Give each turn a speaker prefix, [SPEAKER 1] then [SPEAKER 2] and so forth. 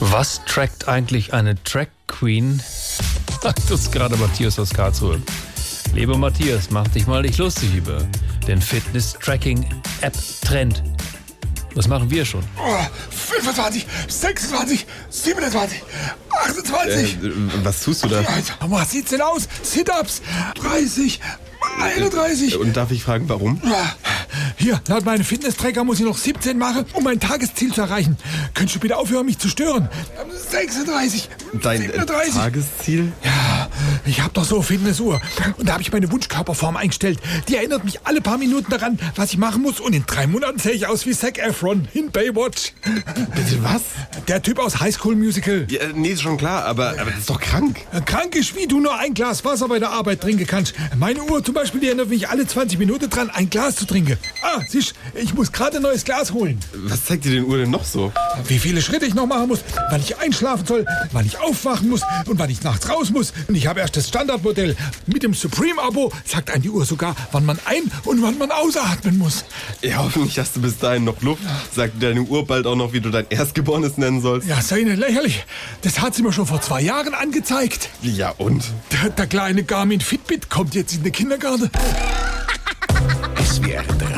[SPEAKER 1] Was trackt eigentlich eine Track Queen? Das ist gerade Matthias aus Karlsruhe. Lieber Matthias, mach dich mal nicht lustig über den Fitness-Tracking-App-Trend. Das machen wir schon.
[SPEAKER 2] Oh, 25, 26, 27, 28.
[SPEAKER 3] Äh, was tust du da?
[SPEAKER 2] Alter, Mama, sieht's denn aus? Sit-ups, 30, 31.
[SPEAKER 3] Und darf ich fragen, warum?
[SPEAKER 2] Hier, laut meinem Fitness-Tracker muss ich noch 17 machen, um mein Tagesziel zu erreichen. Könntest du bitte aufhören, mich zu stören? 36,
[SPEAKER 3] Dein äh,
[SPEAKER 2] 37.
[SPEAKER 3] Tagesziel?
[SPEAKER 2] Ja, ich habe doch so eine Fitnessuhr. Und da habe ich meine Wunschkörperform eingestellt. Die erinnert mich alle paar Minuten daran, was ich machen muss. Und in drei Monaten sehe ich aus wie Zac Efron in Baywatch.
[SPEAKER 3] Bitte also was?
[SPEAKER 2] Der Typ aus High School Musical. Äh,
[SPEAKER 3] Ja, äh, nee, ist schon klar, aber, aber das ist doch krank.
[SPEAKER 2] Krank ist, wie du nur ein Glas Wasser bei der Arbeit trinken kannst. Meine Uhr zum Beispiel, die erinnert mich alle 20 Minuten dran, ein Glas zu trinken. Ah, siehst, ich muss gerade ein neues Glas holen.
[SPEAKER 3] Was zeigt dir denn Uhr denn noch so?
[SPEAKER 2] Wie viele Schritte ich noch machen muss, wann ich einschlafen soll, wann ich aufwachen muss und wann ich nachts raus muss. Und ich habe erst das Standardmodell. Mit dem Supreme-Abo sagt einem die Uhr sogar, wann man ein- und wann man ausatmen muss.
[SPEAKER 3] Ja, hoffentlich hast du bis dahin noch Luft. Sagt dir deine Uhr bald auch noch, wie du dein Erstgeborenes nennen sollst.
[SPEAKER 2] Ja, sei nicht lächerlich. Das hat sie mir schon vor zwei Jahren angezeigt.
[SPEAKER 3] Ja, und?
[SPEAKER 2] Der, der kleine Garmin Fitbit kommt jetzt in den Kindergarten.
[SPEAKER 4] SWR 3.